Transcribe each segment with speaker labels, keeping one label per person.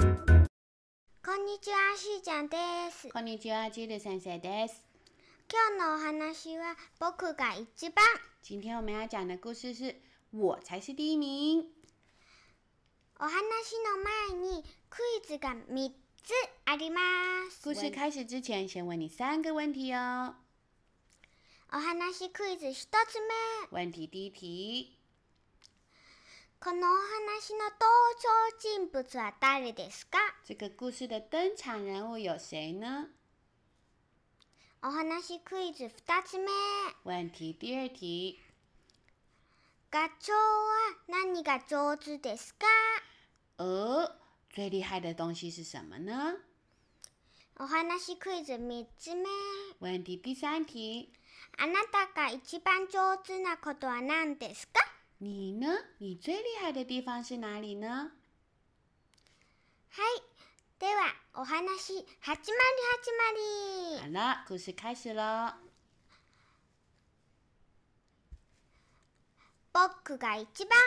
Speaker 1: こんにちは、しーちゃんです。
Speaker 2: こんにちは、ジル先生です。
Speaker 1: 今日のお話は僕が一番。
Speaker 2: 今天我们要讲的故事是我才是第一名。
Speaker 1: お話の前にクイズが3つあります。
Speaker 2: 故事开始之前，先问你三个问题哦。
Speaker 1: お話クイズ1つ目。
Speaker 2: 问题第一题，
Speaker 1: このお話の登場人物は誰ですか
Speaker 2: 这个故事的登场人物有谁呢？
Speaker 1: お話クイズ2つ目。
Speaker 2: 问题第二题，
Speaker 1: ガチョウは何が上手ですか
Speaker 2: 鹅最厉害的东西是什么呢？
Speaker 1: お話クイズ3つ目。
Speaker 2: 问题第三题，
Speaker 1: あなたが一番上手なことは何ですか
Speaker 2: 你呢？你最厉害的地方是哪里呢？
Speaker 1: はい。では、お話、始まり始ま
Speaker 2: 好
Speaker 1: り。
Speaker 2: 了，故事开始喽。
Speaker 1: 僕が一番。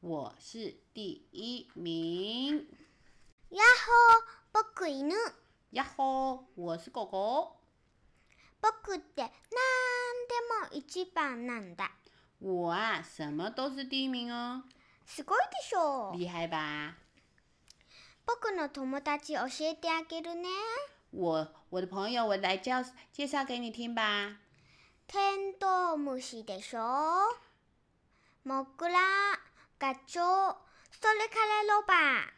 Speaker 2: 我是第一名，
Speaker 1: やっほー、僕犬。
Speaker 2: 呀吼！我是狗狗。
Speaker 1: 僕ってなんでも一番なんだ。
Speaker 2: 我啊，什么都是第一名哦，
Speaker 1: すごいでしょう。
Speaker 2: 厉害吧？
Speaker 1: 僕の友達教えてあげるね。
Speaker 2: 我我的朋友，我来教介绍给你听吧。
Speaker 1: テントウムシでしょモグラ、ガチョウ、それからロバ。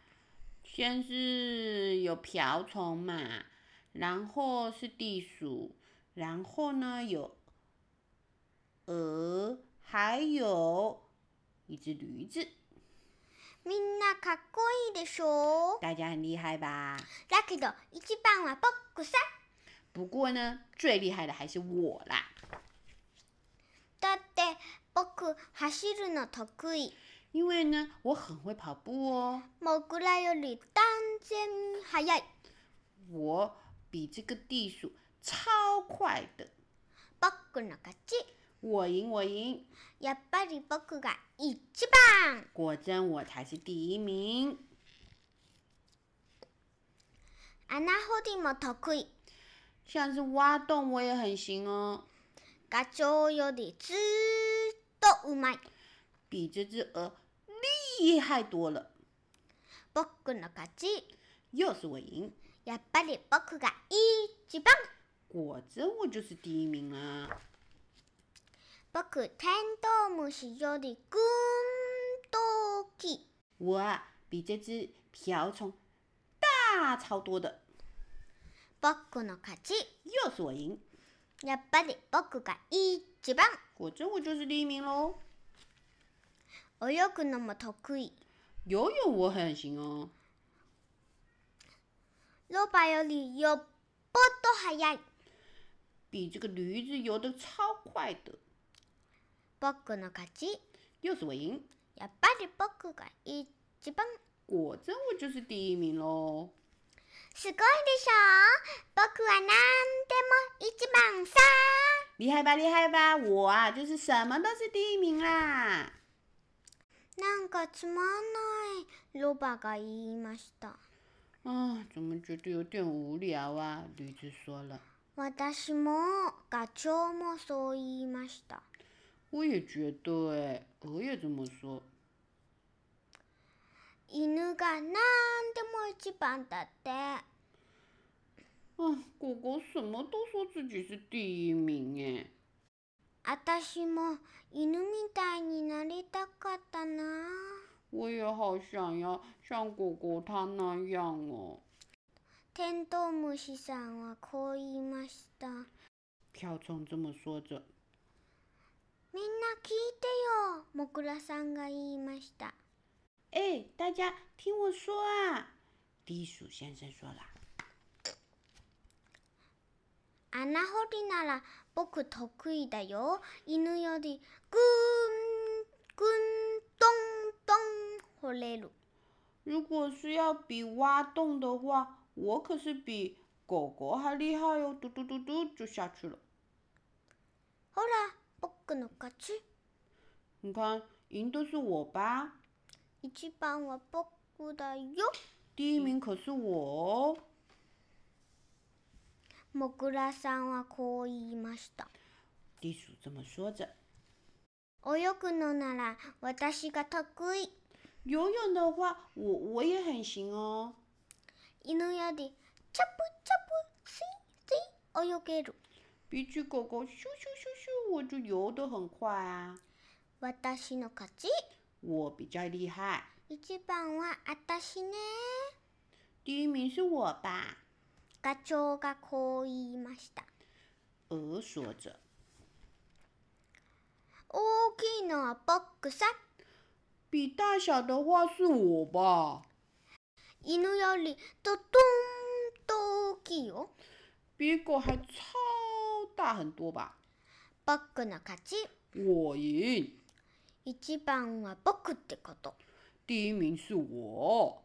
Speaker 2: 先是有瓢虫嘛，然后是地鼠，然后呢有鹅，还有一只驴子。
Speaker 1: みんなかっこいいでしょ
Speaker 2: 大家很厉害吧？
Speaker 1: だけど、一番は僕さ。
Speaker 2: 不过呢，最厉害的还是我啦，
Speaker 1: だって僕走るの得意
Speaker 2: 因为呢，我很会跑步哦。
Speaker 1: モグラより断然速い
Speaker 2: 我比这个地鼠超快的，
Speaker 1: 僕の勝ち
Speaker 2: 我赢，我赢，
Speaker 1: やっぱり僕が一番
Speaker 2: 果真我才是第一名。
Speaker 1: 穴掘りも得意
Speaker 2: 像是挖洞我也很行哦，
Speaker 1: ガチョウよりずーっとうまい
Speaker 2: 比这只鹅厉害多了，
Speaker 1: 僕の勝ち
Speaker 2: 又是我赢，
Speaker 1: やっぱり僕が一番
Speaker 2: 果真我就是第一名啊啦。
Speaker 1: 僕テントウムシよりぐーんと大きい
Speaker 2: 我啊比这只瓢虫大超多的，
Speaker 1: 僕の勝ち
Speaker 2: 又是我赢，
Speaker 1: やっぱり僕が一番
Speaker 2: 果真我就是第一名喽。
Speaker 1: 泳ぐのも得意
Speaker 2: 游泳我很行哦，
Speaker 1: ロバよりよっぽど速い。
Speaker 2: 比这个驴子游得超快的，
Speaker 1: 僕の勝ち。
Speaker 2: 又是我赢，
Speaker 1: やっぱり僕が一番。
Speaker 2: 果真我就是第一名喽。
Speaker 1: すごいでしょ僕はなんでも一番さ。
Speaker 2: 厉害吧，厉害吧！我啊，就是什么都是第一名啦。
Speaker 1: なんかつまんない。ロバが言いました。
Speaker 2: 啊，怎么觉得有点无聊啊？驴子说了，
Speaker 1: 私もガチョウもそう言いました。
Speaker 2: 我也觉得哎，鹅也这么说。
Speaker 1: 犬がなんでも一番だって。
Speaker 2: 啊，狗狗什么都说自己是第一名哎。
Speaker 1: 私も犬みたいになりたかったな。
Speaker 2: 我也好想要像狗狗它那样哦。
Speaker 1: テントウムシさんはこう言いました。みんな
Speaker 2: 瓢虫这么说着，
Speaker 1: 聞いてよ、もくらさんが言いました。
Speaker 2: 哎、嘿，大家听我说啊！地鼠先生说了，
Speaker 1: 穴掘りなら僕得意だよ。犬よりぐーんぐーんどんどん掘れる。
Speaker 2: 如果是要比挖洞的话，我可是比狗狗还厉害哟！嘟嘟嘟嘟就下去了。
Speaker 1: ほら、僕の勝ち。
Speaker 2: 你看，赢的是我吧？
Speaker 1: 一番は僕だよ。
Speaker 2: 第一名可是我哦！
Speaker 1: もぐらさんはこう言いました。
Speaker 2: 地鼠这么说着。
Speaker 1: 泳ぐのなら私が得意。
Speaker 2: 游泳的话，我我也很行哦。
Speaker 1: 犬よりチャプチャプスイスイ泳げる。
Speaker 2: 比起狗狗，咻咻咻咻，我就游得很快啊！
Speaker 1: 私の勝ち。
Speaker 2: 我比较厉害。
Speaker 1: 一番は私ね。
Speaker 2: 第一名是我吧？
Speaker 1: ガチョウがこう言いました。
Speaker 2: 鹅说着。
Speaker 1: 大きいのは僕さ。
Speaker 2: 比大小的话是我吧？
Speaker 1: 犬よりとどんと大きいよ。
Speaker 2: 比狗还超大很多吧？
Speaker 1: 僕の勝ち。
Speaker 2: 我赢，
Speaker 1: 一番は僕ってこと。
Speaker 2: 第一名是我。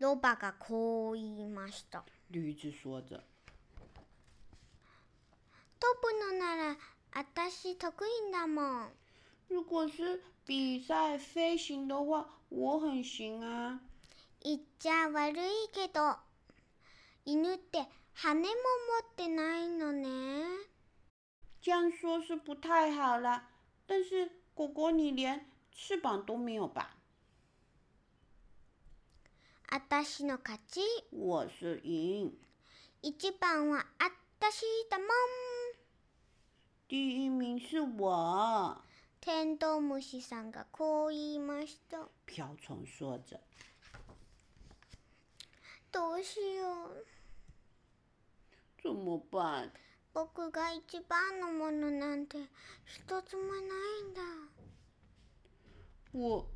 Speaker 1: ロバがこう言いました。
Speaker 2: 驴子说着。
Speaker 1: 飛ぶのなら私得意だもん。
Speaker 2: 如果是比赛飞行的话，我很行啊。
Speaker 1: 言っちゃ悪いけど犬って羽も持ってないのね
Speaker 2: 这样说是不太好啦，但是狗狗你连翅膀都没有吧？
Speaker 1: あたしの勝ち
Speaker 2: 我是赢，
Speaker 1: 一番はあたしだもん
Speaker 2: 第一名是我。
Speaker 1: テントウムシさんがこう言いました
Speaker 2: 瓢虫说着。
Speaker 1: どうしよう
Speaker 2: 怎么办？
Speaker 1: 僕が一番のものなんて一つもないんだ
Speaker 2: 我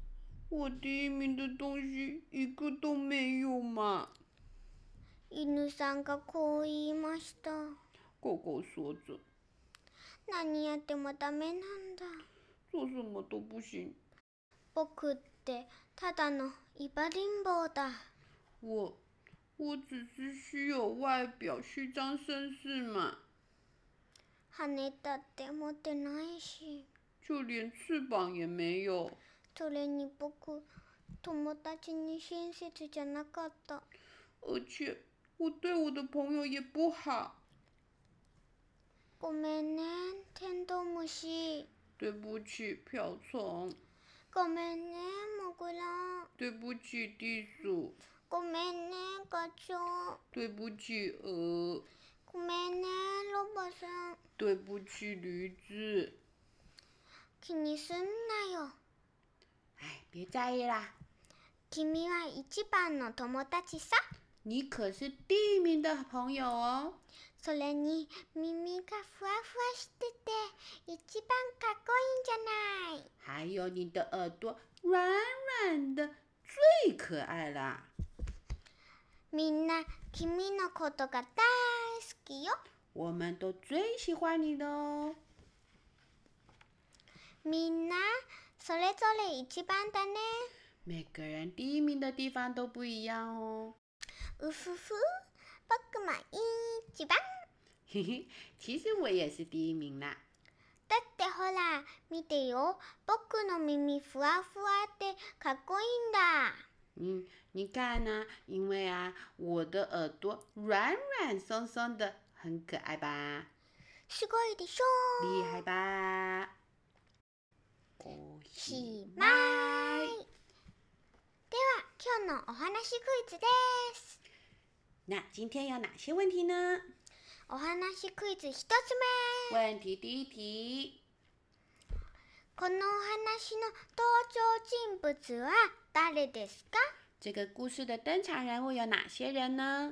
Speaker 2: 我第一名的东西一个都没有嘛。
Speaker 1: 犬さんがこう言いました
Speaker 2: 狗狗说着，
Speaker 1: 何やってもダメなんだ
Speaker 2: 做什么都不行。
Speaker 1: 僕ってただのイバリンボーだ
Speaker 2: 我我只是虚有外表，虚张声势嘛，
Speaker 1: 羽だって持ってないし
Speaker 2: 就连翅膀也没有。
Speaker 1: それに僕友達に親切じゃなかった
Speaker 2: 而且我对我的朋友也不好。
Speaker 1: ごめんねテントウムシ
Speaker 2: 对不起，瓢虫。
Speaker 1: ごめんねモグラ
Speaker 2: 对不起，地鼠。
Speaker 1: ごめんねガチョウ
Speaker 2: 对不起，鹅。
Speaker 1: ごめんねロボさん
Speaker 2: 对不起，驴子。
Speaker 1: 気にすんなよ
Speaker 2: 哎，别在意啦。
Speaker 1: 君は一番の友達さ
Speaker 2: 你可是第一名的朋友哦。
Speaker 1: それに耳がふわふわしてて一番かっこいいんじゃない
Speaker 2: 还有你的耳朵软软的，最可爱啦！
Speaker 1: みんな君のことが大好きよ。
Speaker 2: 我们都最喜欢你的哦。
Speaker 1: みんなそれぞれ一番だね。
Speaker 2: 每个人第一名的地方都不一样哦。
Speaker 1: うふふ、僕も一番。
Speaker 2: 嘿嘿，其实我也是第一名啦。
Speaker 1: だってほら、見てよ。僕の耳ふわふわってかっこいいんだ。
Speaker 2: 嗯，你看呢、因为啊，我的耳朵软软松松的，很可爱吧？
Speaker 1: すごいでしょ
Speaker 2: 厉害吧？哦恭
Speaker 1: し
Speaker 2: 喜
Speaker 1: まい。では、今日のお話クイズです。
Speaker 2: 那今天有哪些问题呢？
Speaker 1: お話クイズ一つ目。
Speaker 2: 问题第一题。
Speaker 1: このお話の登場人物は誰ですか
Speaker 2: 这个故事的登场人物有哪些人呢？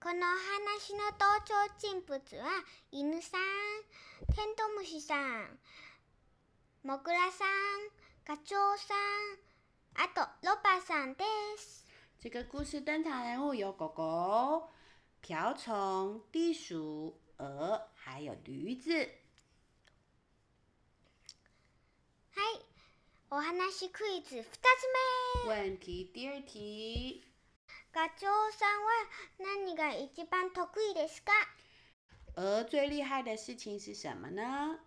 Speaker 1: このお話の登場人物は犬さん、テントウムシさん、モグラさん、ガチョウさん、あとロバさんです。
Speaker 2: 这个故事登场人物有狗狗、瓢虫、地鼠、鹅，还有驴子。
Speaker 1: はい、お話クイズ2つ目。
Speaker 2: 问题第二题，
Speaker 1: ガチョウさんは何が一番得意ですか
Speaker 2: 鹅最厉害的事情是什么呢？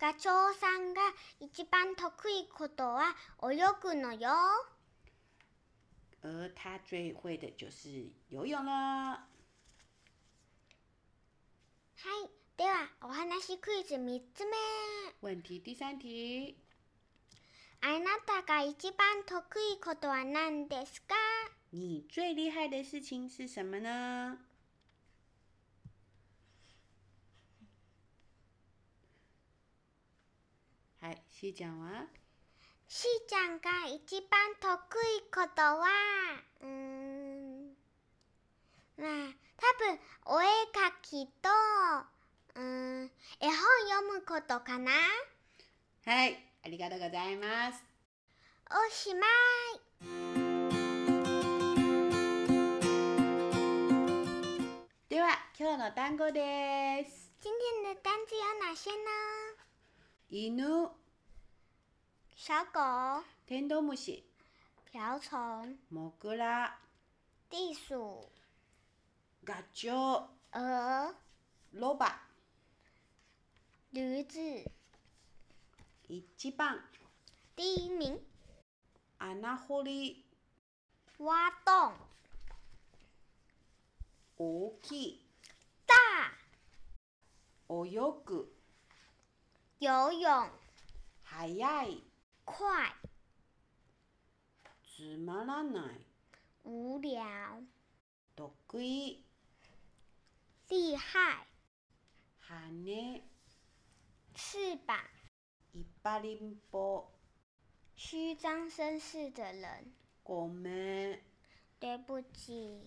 Speaker 1: ガチョウさんが一番得意ことは泳ぐのよ。
Speaker 2: 鹅它最会的就是游泳了。
Speaker 1: はい、ではお話クイズ3つ目。
Speaker 2: 问题第三题，
Speaker 1: あなたが一番得意ことは何ですか
Speaker 2: 你最厉害的事情是什么呢？嗨，先讲完。
Speaker 1: しーちゃんが一番得意ことは、うーん、まあ、多分お絵かきと、うーん、絵本読むことかな
Speaker 2: 嗨，ありがとうございます。
Speaker 1: おしまい。
Speaker 2: では、啊今日の単語です。
Speaker 1: 今天的单词有哪些呢？
Speaker 2: 犬、
Speaker 1: 小狗、
Speaker 2: テントウムシ、
Speaker 1: 瓢虫、
Speaker 2: モグラ、
Speaker 1: 地鼠、
Speaker 2: ガチョウ、
Speaker 1: 鹅、
Speaker 2: ロバ、
Speaker 1: 驴子、
Speaker 2: 一番、
Speaker 1: 第一名、
Speaker 2: 穴掘り、
Speaker 1: 挖洞、
Speaker 2: 大きい、
Speaker 1: 大、
Speaker 2: 泳ぐ、
Speaker 1: 游泳、
Speaker 2: 速い、
Speaker 1: 快、
Speaker 2: つまらない、
Speaker 1: 无聊、
Speaker 2: 得意、
Speaker 1: 厉害、
Speaker 2: 羽、
Speaker 1: 翅膀、
Speaker 2: いっぱりんぼ、
Speaker 1: 虚张声势的人。
Speaker 2: ごめん、
Speaker 1: 对不起，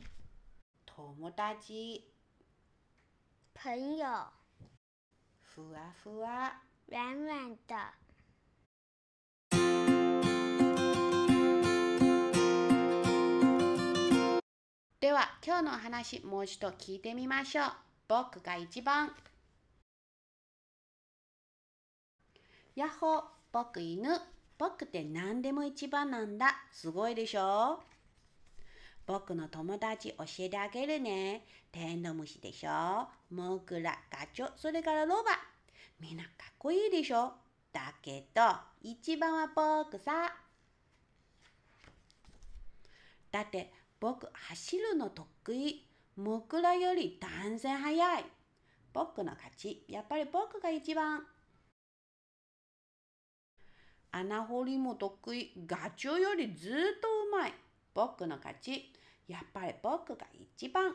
Speaker 2: 友達、
Speaker 1: 朋友，
Speaker 2: ふわふわ。
Speaker 1: 软软的。
Speaker 2: では、今日のお話、もう一度聞いてみましょう。僕が一番。やっほー、僕犬。僕って何でも一番なんだ。すごいでしょ僕の友達教えてあげるね。テンドウムシでしょモグラ、ガチョウ、それからロバ。みんなかっこいいでしょだけど、一番は僕さ。だって僕走るの得意。モグラより断然速い。僕の勝ち。やっぱり僕が一番。穴掘りも得意。ガチョウよりずっとうまい。僕の勝ち。やっぱり僕が一番。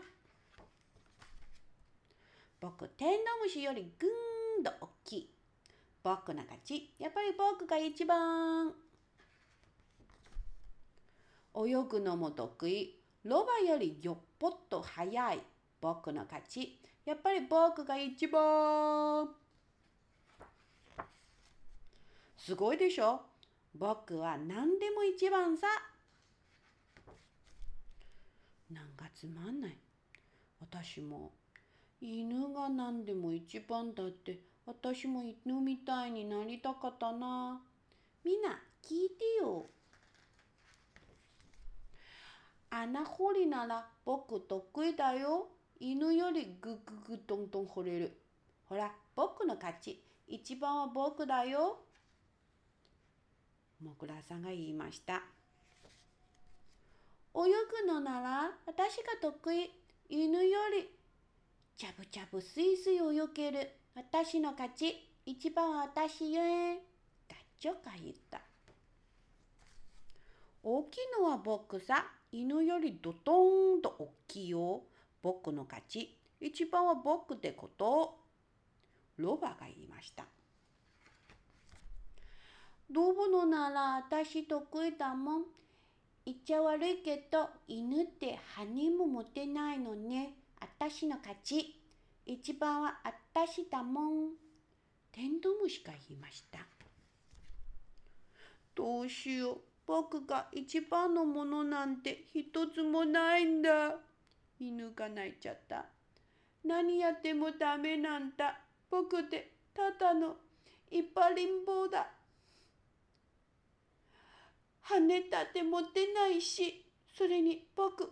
Speaker 2: 僕、テンドウムシよりぐーんと大きい。僕の勝ち。やっぱり僕が一番。泳ぐのも得意。ロバよりよっぽっと速い。僕の勝ち。やっぱり僕が一番。すごいでしょ僕は何でも一番さ。なんかつまんない。私も。犬が何でも一番だって、私も犬みたいになりたかったな。みんな、聞いてよ。穴掘りなら僕得意だよ。犬よりぐぐぐどんどん掘れる。ほら、僕の勝ち。一番は僕だよ。もぐらさんが言いました。泳ぐのなら私が得意。犬よりジャブジャブスイスイ泳げる。私の勝ち。一番は私よ。ガチョが言った。大きいのは僕さ。犬よりドトンと大きいよ。僕の勝ち。一番は僕ってこと。ロバが言いました。ロボのなら私得意だもん。言っちゃ悪いけど犬って羽にも持てないのね。あたしの勝ち。一番はあたしだもん。テントウムシが言いました。どうしよう。僕が一番のものなんて一つもないんだ。犬が泣いちゃった。何やってもダメなんだ。僕ってただのいっぱりんぼうだ。羽だって持ってないし、それに僕、友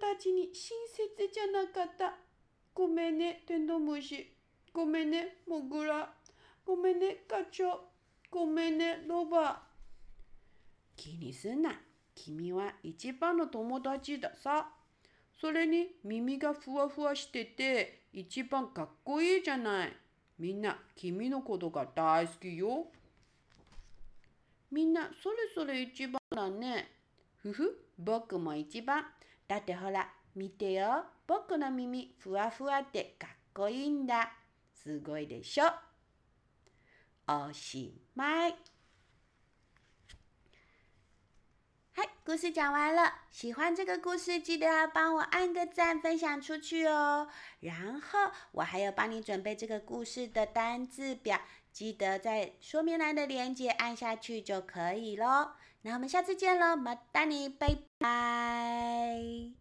Speaker 2: 達に親切じゃなかった。ごめんね、テントウムシ。ごめんね、モグラ。ごめんね、ガチョウ。ごめんね、ロバ。気にすんな。君は一番の友達ださ。それに耳がふわふわしてて一番かっこいいじゃない。みんな君のことが大好きよ。みんなそれぞれ一番だね。ふふ、僕も一番。だってほら、見てよ。僕の耳ふわふわってかっこいいんだ。すごいでしょ。おしまい。
Speaker 3: 嗨，故事讲完了。喜欢这个故事，记得要帮我按个赞，分享出去哦。然后我还有帮你准备这个故事的单字表，记得在说明栏的链接按下去就可以喽。那我们下次见喽，马丹尼，拜拜。